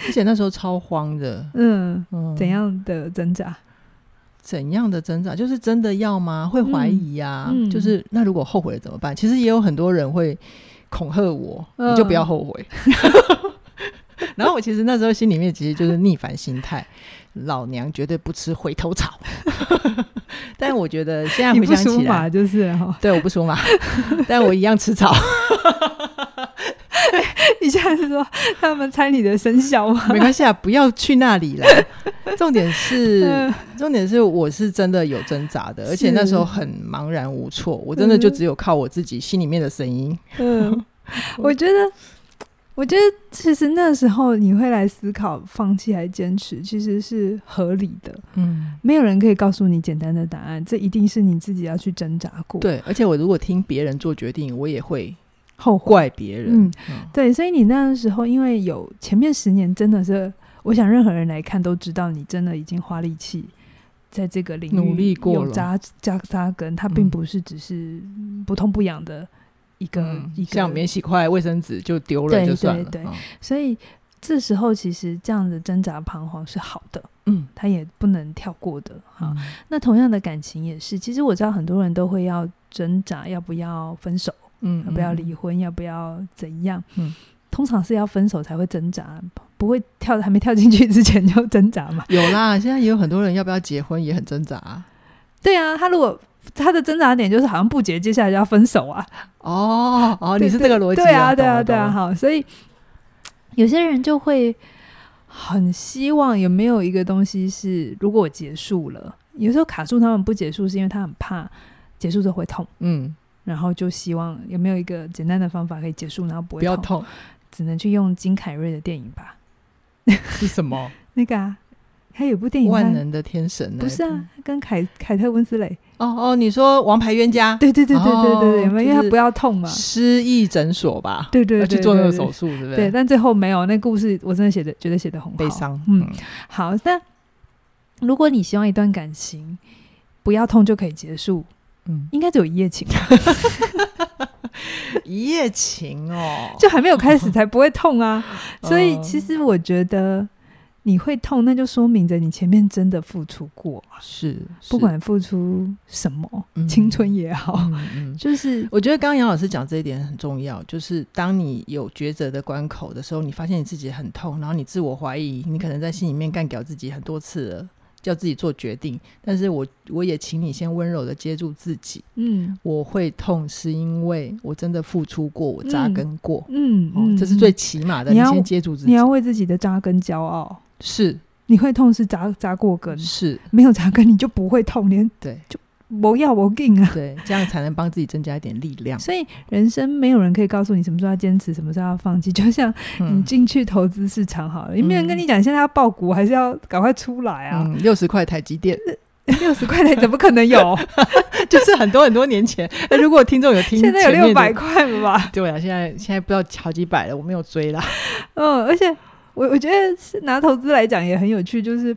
[SPEAKER 1] 而且那时候超慌的。
[SPEAKER 2] 嗯，
[SPEAKER 1] 嗯，
[SPEAKER 2] 怎样的挣扎？
[SPEAKER 1] 怎样的挣扎？就是真的要吗？会怀疑呀、
[SPEAKER 2] 嗯嗯
[SPEAKER 1] 就是那如果后悔了怎么办？其实也有很多人会恐吓我，
[SPEAKER 2] 嗯
[SPEAKER 1] 你就不要后悔。 然后我其实那时候心里面其实就是逆反心态，老娘绝对不吃回头草。 但我觉得现在
[SPEAKER 2] 你
[SPEAKER 1] 回
[SPEAKER 2] 不
[SPEAKER 1] 想
[SPEAKER 2] 输
[SPEAKER 1] 起来
[SPEAKER 2] 嘛，，就是哦 哈、
[SPEAKER 1] 对我不 说嘛，但我一样吃草，
[SPEAKER 2] 你现在是说他们猜你的生肖吗？
[SPEAKER 1] 没关系啊，不要去那里啦。重点是，
[SPEAKER 2] 嗯
[SPEAKER 1] 重点是，我是真的有挣扎的，而且那时候很茫然无措，我真的就只有靠我自己心里面的声音。
[SPEAKER 2] 嗯，我觉得，我觉得其实那时候你会来思考放弃还坚持，其实是合理的。
[SPEAKER 1] 嗯，
[SPEAKER 2] 没有人可以告诉你简单的答案，这一定是你自己要去挣扎过，，
[SPEAKER 1] 对，而且我如果听别人做决定，我也会
[SPEAKER 2] 后悔。
[SPEAKER 1] 怪别人。
[SPEAKER 2] 嗯
[SPEAKER 1] 嗯，
[SPEAKER 2] 对，所以你那时候因为有前面十年真的是，我想任何人来看都知道你真的已经花力气在这个领域
[SPEAKER 1] 努力过
[SPEAKER 2] 有
[SPEAKER 1] 了
[SPEAKER 2] 扎扎扎根，它并不是只是不痛不痒的一个、
[SPEAKER 1] 嗯
[SPEAKER 2] 一个
[SPEAKER 1] 像免洗块、卫生纸就丢
[SPEAKER 2] 对
[SPEAKER 1] 了就算了。
[SPEAKER 2] 对对
[SPEAKER 1] 嗯
[SPEAKER 2] 所以这时候其实这样的挣扎彷徨是好的，
[SPEAKER 1] 嗯，
[SPEAKER 2] 它也不能跳过的哈、
[SPEAKER 1] 好，
[SPEAKER 2] 那同样的感情也是，其实我知道很多人都会要挣扎，要不要分手，
[SPEAKER 1] 嗯
[SPEAKER 2] 要不要离婚，要不要怎样？
[SPEAKER 1] 嗯
[SPEAKER 2] 通常是要分手才会挣扎，不会跳还没跳进去之前就挣扎嘛？
[SPEAKER 1] 有啦，现在也有很多人要不要结婚也很挣扎啊、
[SPEAKER 2] 对啊，他如果他的挣扎点就是好像不结，接下来就要分手啊？
[SPEAKER 1] 哦哦，
[SPEAKER 2] 对
[SPEAKER 1] 你是这个逻辑、
[SPEAKER 2] 对啊，对
[SPEAKER 1] 懂
[SPEAKER 2] 啊，
[SPEAKER 1] 了
[SPEAKER 2] 对啊，。好，所以有些人就会很希望有没有一个东西是，如果我结束了，有时候卡住他们不结束，是因为他很怕结束之后会痛，
[SPEAKER 1] 懂了嗯，
[SPEAKER 2] 然后就希望有没有一个简单的方法可以结束，然后不会
[SPEAKER 1] 不要痛
[SPEAKER 2] 只能去用金凯瑞的电影吧，
[SPEAKER 1] 是什 么？
[SPEAKER 2] 那个啊，还有一部电影它
[SPEAKER 1] 万能的天神呢？
[SPEAKER 2] 不是啊，跟凯凯特温斯雷，
[SPEAKER 1] 哦哦，你说《王牌冤家》
[SPEAKER 2] 对对对对对对对，
[SPEAKER 1] 哦
[SPEAKER 2] 有没有因为
[SPEAKER 1] 就
[SPEAKER 2] 他
[SPEAKER 1] 是
[SPEAKER 2] 不要痛嘛，
[SPEAKER 1] 失忆诊所吧？
[SPEAKER 2] 对对
[SPEAKER 1] 要
[SPEAKER 2] 对，
[SPEAKER 1] 去做那个
[SPEAKER 2] 对
[SPEAKER 1] 手，术，对不
[SPEAKER 2] 对，对但最后没有，那故事我真的写的觉得写的很好
[SPEAKER 1] 悲伤，
[SPEAKER 2] 嗯，好，那如果你希望一段感情不要痛就可以结束，
[SPEAKER 1] 嗯，
[SPEAKER 2] 应该只有一夜情，啊
[SPEAKER 1] 一夜情哦，
[SPEAKER 2] 就还没有开始才不会 痛啊。所以
[SPEAKER 1] 嗯
[SPEAKER 2] 其实我觉得你会痛，那就说明着你前面真的付出过，
[SPEAKER 1] 是嗯
[SPEAKER 2] 不管付出什么，青春也好，
[SPEAKER 1] 哦，嗯嗯
[SPEAKER 2] 就是
[SPEAKER 1] 我觉得刚刚杨老师讲这一点很重要，就是当你有抉择的关口的时候，你发现你自己很痛，然后你自我怀疑，你可能在心里面干掉自己很多次了，叫自己做决定。但是我我也请你先温柔的接住自己，
[SPEAKER 2] 嗯
[SPEAKER 1] 我会痛是因为我真的付出过，我扎根过，
[SPEAKER 2] 嗯
[SPEAKER 1] 哦
[SPEAKER 2] 嗯，
[SPEAKER 1] 这是最起码的。
[SPEAKER 2] 你
[SPEAKER 1] 你
[SPEAKER 2] 要
[SPEAKER 1] 先接住自
[SPEAKER 2] 你
[SPEAKER 1] 己，
[SPEAKER 2] 要为自己的扎根骄傲。
[SPEAKER 1] 是
[SPEAKER 2] 你会痛是扎扎过根，
[SPEAKER 1] 是，
[SPEAKER 2] 没有扎根你就不会痛，连
[SPEAKER 1] 对
[SPEAKER 2] 我要我硬啊。
[SPEAKER 1] 对，这样才能帮自己增加一点力量。
[SPEAKER 2] 所以人生没有人可以告诉你什么时候要坚持，什么时候要放弃。就像你
[SPEAKER 1] 嗯
[SPEAKER 2] 进去投资市场好了，也没有人
[SPEAKER 1] 嗯
[SPEAKER 2] 跟你讲现在要爆股，还是要赶快出来啊？
[SPEAKER 1] 嗯，六十块台积电，
[SPEAKER 2] 六十块的怎么可能有？
[SPEAKER 1] 就是很多很多年 前。哎，如果听众有听，
[SPEAKER 2] 现在有六百。块了吧？
[SPEAKER 1] 对啊，现在现在不知道好几百了，我没有追啦。
[SPEAKER 2] 嗯，而且我我觉得是拿投资来讲也很有趣，就是。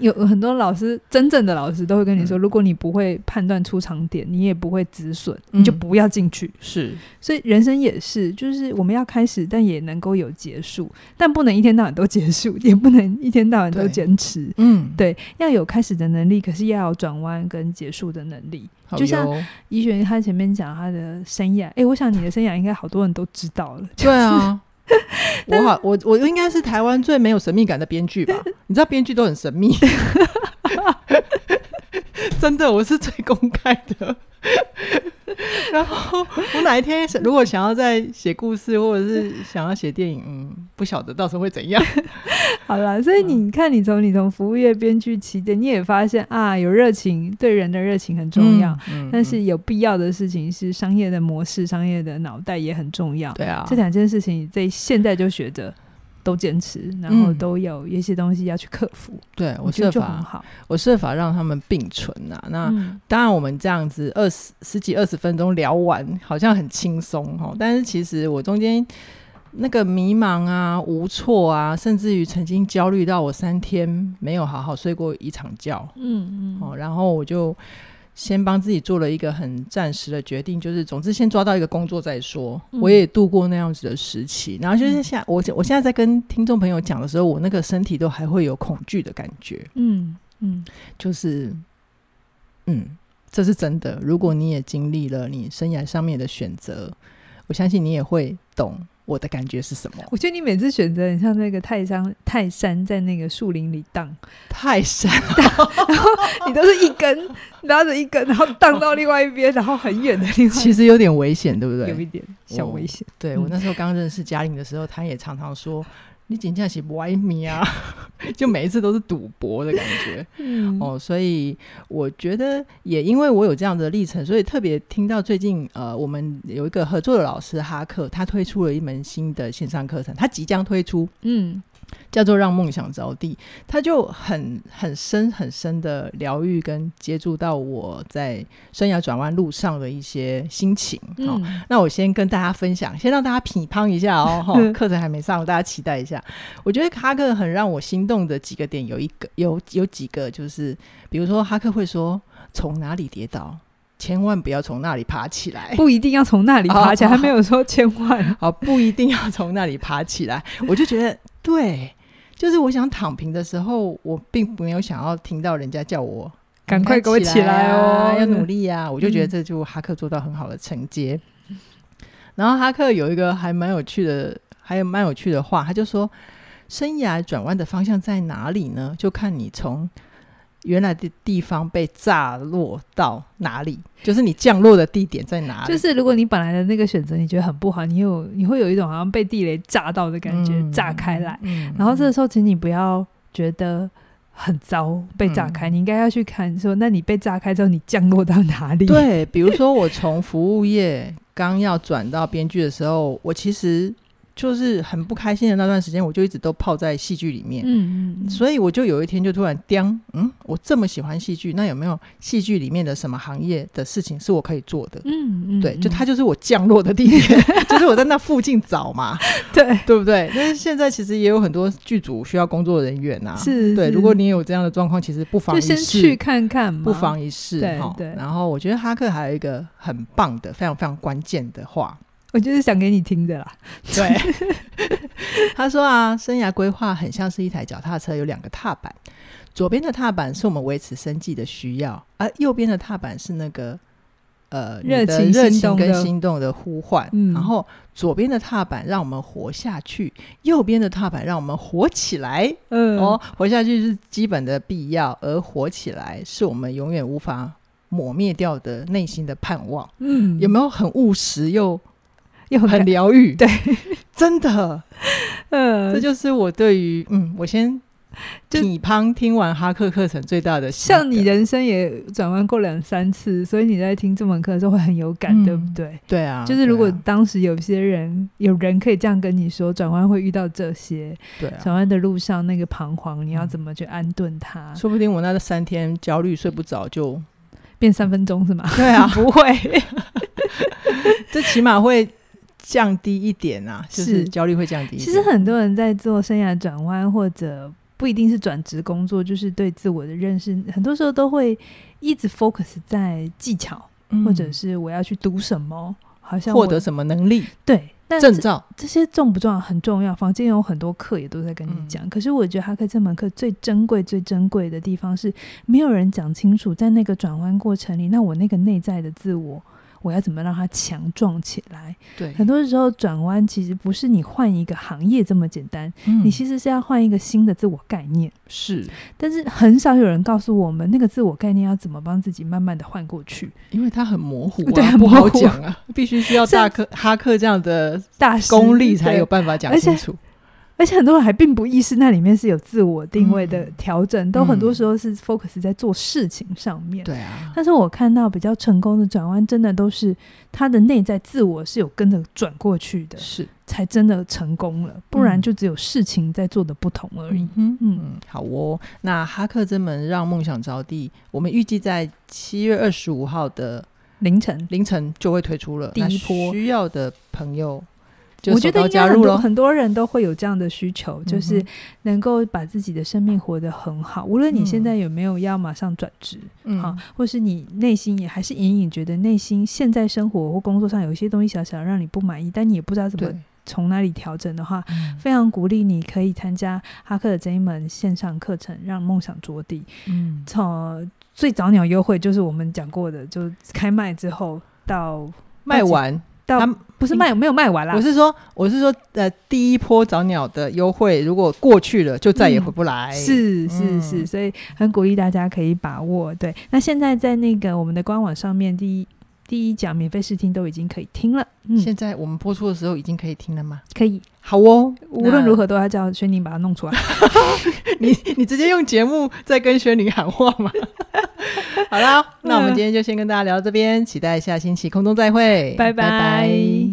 [SPEAKER 2] 有有很多老师，真正的老师都会跟你说，如果你不会判断出场点，你也不会止损，
[SPEAKER 1] 嗯
[SPEAKER 2] 你就不要进去。
[SPEAKER 1] 是，
[SPEAKER 2] 所以人生也是，就是我们要开始，但也能够有结束，但不能一天到晚都结束，也不能一天到晚都
[SPEAKER 1] 对
[SPEAKER 2] 坚持。
[SPEAKER 1] 嗯，
[SPEAKER 2] 对，要有开始的能力，可是要有转弯跟结束的能力。
[SPEAKER 1] 好
[SPEAKER 2] 就像
[SPEAKER 1] 哟
[SPEAKER 2] 医学他前面讲他的生涯，诶，我想你的生涯应该好多人都知道了。
[SPEAKER 1] 对 啊。我好，我我应该是台湾最没有神秘感的编剧吧？你知道编剧都很神秘， 真的，我是最公开的。然后我哪一天想如果想要再写故事，或者是想要写电影，嗯，不晓得到时候会怎样。
[SPEAKER 2] 好啦，所以
[SPEAKER 1] 嗯
[SPEAKER 2] 你看，你从你从服务业编剧起点，你也发现啊，有热情对人的热情很 重要，
[SPEAKER 1] 嗯，嗯
[SPEAKER 2] 但
[SPEAKER 1] 嗯
[SPEAKER 2] 是有必要的事情是商业的模式、商业的脑袋也很重要。
[SPEAKER 1] 对啊，
[SPEAKER 2] 这两件事情在现在就学着都坚持，然后
[SPEAKER 1] 嗯
[SPEAKER 2] 都有一些东西要去克服，
[SPEAKER 1] 对我
[SPEAKER 2] 我觉得
[SPEAKER 1] 设
[SPEAKER 2] 就很
[SPEAKER 1] 法，
[SPEAKER 2] 好。
[SPEAKER 1] 我设法让他们并存呐、那、
[SPEAKER 2] 嗯
[SPEAKER 1] 当然，我们这样子二十十几二十分钟聊完，好像很轻松哈。但是其实我中间那个迷茫啊、无措啊，甚至于曾经焦虑到我三天没有好好睡过一场觉
[SPEAKER 2] 嗯
[SPEAKER 1] 哦。
[SPEAKER 2] 嗯，
[SPEAKER 1] 然后我就先帮自己做了一个很暂时的决定，就是总之先抓到一个工作再说。
[SPEAKER 2] 嗯
[SPEAKER 1] 我也度过那样子的时期，然后就是现在我我现在在跟听众朋友讲的时候，我那个身体都还会有恐惧的感觉。
[SPEAKER 2] 嗯嗯，
[SPEAKER 1] 就是，嗯，这是真的。如果你也经历了你生涯上面的选择，我相信你也会懂我的感觉是什么。
[SPEAKER 2] 我觉得你每次选择很像那个泰山，泰山在那个树林里荡，
[SPEAKER 1] 泰 山，哦
[SPEAKER 2] 你都是一根拉着一根，然后荡到另外一边，然后很远的另外一
[SPEAKER 1] 其实有点危险，对不哦
[SPEAKER 2] 边，有一
[SPEAKER 1] 对？
[SPEAKER 2] 点小危险。
[SPEAKER 1] 对
[SPEAKER 2] 嗯
[SPEAKER 1] 我那时候刚认识嘉玲的时候，她也常常说：“你紧张是歪迷啊！” 就每一次都是赌博的感觉。
[SPEAKER 2] 嗯
[SPEAKER 1] 哦，所以我觉得也因为我有这样的历程，所以特别听到最近呃，我们有一个合作的老师哈克，他推出了一门新的线上课程，他即将推出，
[SPEAKER 2] 嗯
[SPEAKER 1] 叫做《让梦想着地》，他就很很深很深的疗愈跟接触到我在生涯转弯路上的一些心情。哦
[SPEAKER 2] 嗯
[SPEAKER 1] 那我先跟大家分享，先让大家品乓一下哦，哈、
[SPEAKER 2] 嗯
[SPEAKER 1] 课程还没上，大家期待一下。我觉得哈克很让我心动的几个点有一个，有有几个就是，比如说哈克会说从哪里跌倒，千万不要从那里爬起来。
[SPEAKER 2] 不一定要从那里爬起
[SPEAKER 1] 哦
[SPEAKER 2] 来，还没有说千万。
[SPEAKER 1] 好，不一定要从那里爬起来。 我就觉得，对，就是我想躺平的时候，我并没有想要听到人家叫我
[SPEAKER 2] 赶快给我
[SPEAKER 1] 起
[SPEAKER 2] 起来
[SPEAKER 1] 啊
[SPEAKER 2] 哦
[SPEAKER 1] 要努力呀、我就觉得
[SPEAKER 2] 嗯
[SPEAKER 1] 这就哈克做到很好的承接。然后哈克有一个还蛮有趣的，还有蛮有趣的话，他就说：“生涯转弯的方向在哪里呢？就看你从。”原来的地方被炸落到哪里？就是你降落的地点在哪里？
[SPEAKER 2] 就是如果你本来的那个选择你觉得很不好，你有你会有一种好像被地雷炸到的感觉，
[SPEAKER 1] 嗯
[SPEAKER 2] 炸开来。
[SPEAKER 1] 嗯
[SPEAKER 2] 然后这个时候，请你不要觉得很糟被炸
[SPEAKER 1] 嗯
[SPEAKER 2] 开，你应该要去看说，那你被炸开之后，你降落到哪里？，
[SPEAKER 1] 对，比如说我从服务业刚要转到编剧的时候，我其实就是很不开心的那段时间，我就一直都泡在戏剧里面。
[SPEAKER 2] 嗯嗯嗯，
[SPEAKER 1] 所以我就有一天就突然叮，嗯，我这么喜欢戏剧，那有没有戏剧里面的什么行业的事情是我可以做的？
[SPEAKER 2] 嗯嗯，
[SPEAKER 1] 对，就
[SPEAKER 2] 嗯
[SPEAKER 1] 它就是我降落的地点， 就是我在那附近找嘛，
[SPEAKER 2] 对
[SPEAKER 1] 对不对？但是现在其实也有很多剧组需要工作人员啊，
[SPEAKER 2] 是，
[SPEAKER 1] 对。
[SPEAKER 2] 是
[SPEAKER 1] 如果你有这样的状况，其实不妨
[SPEAKER 2] 就
[SPEAKER 1] 一
[SPEAKER 2] 先
[SPEAKER 1] 试
[SPEAKER 2] 去看看嘛，
[SPEAKER 1] 不妨一试
[SPEAKER 2] 对
[SPEAKER 1] 哈
[SPEAKER 2] 对。
[SPEAKER 1] 然后我觉得哈克还有一个很棒的、非常非常关键的 话，
[SPEAKER 2] 我就是想给你听的啦。
[SPEAKER 1] 对，他说啊，生涯规划很像是一台脚踏车，有两个踏板，左边的踏板是我们维持生计的需要，而右边的踏板是那个。呃，你
[SPEAKER 2] 热
[SPEAKER 1] 的
[SPEAKER 2] 情
[SPEAKER 1] 热
[SPEAKER 2] 心
[SPEAKER 1] 情
[SPEAKER 2] 动
[SPEAKER 1] 跟
[SPEAKER 2] 的
[SPEAKER 1] 心动的呼唤，
[SPEAKER 2] 嗯
[SPEAKER 1] 然后左边的踏板让我们活下去，右边的踏板让我们活起来。
[SPEAKER 2] 嗯，
[SPEAKER 1] 哦，活下去是基本的必要，而活起来是我们永远无法抹灭掉的内心的盼望。
[SPEAKER 2] 嗯，
[SPEAKER 1] 有没有很务实又
[SPEAKER 2] 有
[SPEAKER 1] 很
[SPEAKER 2] 很
[SPEAKER 1] 疗愈？
[SPEAKER 2] 对，
[SPEAKER 1] 真的，
[SPEAKER 2] 嗯，
[SPEAKER 1] 这就是我对于嗯，我先
[SPEAKER 2] 就
[SPEAKER 1] 你胖听完哈克课程最大的心
[SPEAKER 2] 像你
[SPEAKER 1] 得
[SPEAKER 2] 人生也转弯过两三次，所以你在听这门课的时候会很有感，
[SPEAKER 1] 嗯
[SPEAKER 2] 对不对？
[SPEAKER 1] 对啊，
[SPEAKER 2] 就是如果
[SPEAKER 1] 对啊
[SPEAKER 2] 当时有些人有人可以这样跟你说，转弯会遇到这些，
[SPEAKER 1] 对啊
[SPEAKER 2] 转弯的路上那个彷徨，你要
[SPEAKER 1] 嗯
[SPEAKER 2] 怎么去安顿它？
[SPEAKER 1] 说不定我那三天焦虑睡不着 就
[SPEAKER 2] 变三分钟是吗？
[SPEAKER 1] 对啊，
[SPEAKER 2] 不会，
[SPEAKER 1] 这起码会降低一点啊，就是
[SPEAKER 2] 是
[SPEAKER 1] 焦虑会降低一点。
[SPEAKER 2] 其实很多人在做生涯转弯或者。不一定是转职工作，就是对自我的认识，很多时候都会一直 focus 在技巧，
[SPEAKER 1] 嗯
[SPEAKER 2] 或者是我要去读什么，好像我
[SPEAKER 1] 获得什么能力、
[SPEAKER 2] 对，但
[SPEAKER 1] 证
[SPEAKER 2] 这
[SPEAKER 1] 照，
[SPEAKER 2] 这些重不重要很重要，房间有很多课也都在跟你讲。
[SPEAKER 1] 嗯
[SPEAKER 2] 可是我觉得哈克这门课最珍贵、最珍贵的地方是，没有人讲清楚，在那个转弯过程里，那我那个内在的自我，我要怎么让它强壮起来？
[SPEAKER 1] 对，
[SPEAKER 2] 很多时候转弯其实不是你换一个行业这么简单，
[SPEAKER 1] 你
[SPEAKER 2] 你其实是要换一个新的自我概念。
[SPEAKER 1] 嗯是
[SPEAKER 2] 但是很少有人告诉我们，那个自我概念要怎么帮自己慢慢的换过去。
[SPEAKER 1] 因为它很模糊、啊，
[SPEAKER 2] 对很
[SPEAKER 1] 不好
[SPEAKER 2] 模糊
[SPEAKER 1] 讲啊， 必须需要大克哈克这样的
[SPEAKER 2] 大师
[SPEAKER 1] 功力才
[SPEAKER 2] 对
[SPEAKER 1] 有办法讲
[SPEAKER 2] 而且
[SPEAKER 1] 清楚。
[SPEAKER 2] 而且很多人还并不意识那里面是有自我定位的
[SPEAKER 1] 嗯
[SPEAKER 2] 调整，都很多
[SPEAKER 1] 嗯
[SPEAKER 2] 时候是 focus 在做事情上面。
[SPEAKER 1] 对啊，
[SPEAKER 2] 但是我看到比较成功的转弯，真的都是他的内在自我是有跟着转过去的，
[SPEAKER 1] 是
[SPEAKER 2] 才真的成功了，不然
[SPEAKER 1] 嗯
[SPEAKER 2] 就只有事情在做的不同而已。
[SPEAKER 1] 嗯哼
[SPEAKER 2] 嗯
[SPEAKER 1] 嗯，好哦。那哈克之门让梦想着地，我们预计在七月二十五号的
[SPEAKER 2] 凌晨，
[SPEAKER 1] 凌晨就会推出了。
[SPEAKER 2] 第一
[SPEAKER 1] 那
[SPEAKER 2] 波
[SPEAKER 1] 需要的朋友就
[SPEAKER 2] 我觉得
[SPEAKER 1] 手刀
[SPEAKER 2] 应该
[SPEAKER 1] 加
[SPEAKER 2] 很
[SPEAKER 1] 入
[SPEAKER 2] 多
[SPEAKER 1] 喽。
[SPEAKER 2] 很多人都会有这样的需求，就
[SPEAKER 1] 嗯
[SPEAKER 2] 是
[SPEAKER 1] 哼
[SPEAKER 2] 能够把自己的生命活得很好，无论你现
[SPEAKER 1] 嗯
[SPEAKER 2] 在有没有要马上转职，
[SPEAKER 1] 嗯
[SPEAKER 2] 啊，或是你内心也还是隐隐觉得内心现在生活或工作上有一些东西小小让你不满意，但你也不知道怎
[SPEAKER 1] 对
[SPEAKER 2] 么，从哪里调整的话，
[SPEAKER 1] 嗯
[SPEAKER 2] 非常鼓励你可以参加哈克的这一门线上课程，让梦想着地。
[SPEAKER 1] 嗯，
[SPEAKER 2] 从最早鸟优惠就是我们讲过的，就开卖之后到
[SPEAKER 1] 卖完。
[SPEAKER 2] 到
[SPEAKER 1] 他
[SPEAKER 2] 不是卖没有卖完啦
[SPEAKER 1] 嗯我，是说，我是说，呃，第一波早鸟的优惠如果过去了，就再也回不来。，
[SPEAKER 2] 是是
[SPEAKER 1] 嗯
[SPEAKER 2] 是，所以很鼓励大家可以把握。对，那现在在那个我们的官网上面，第一第一讲免费试听都已经可以听了，嗯，
[SPEAKER 1] 现在我们播出的时候已经可以听了吗？
[SPEAKER 2] 可以。
[SPEAKER 1] 好哦，
[SPEAKER 2] 无论 如何都要叫轩宁把它弄出来。
[SPEAKER 1] 你你直接用节目在跟轩宁喊话 吗？嗯好啦，那我们今天就先跟大家聊到这边，期待下星期空中再会，
[SPEAKER 2] 拜拜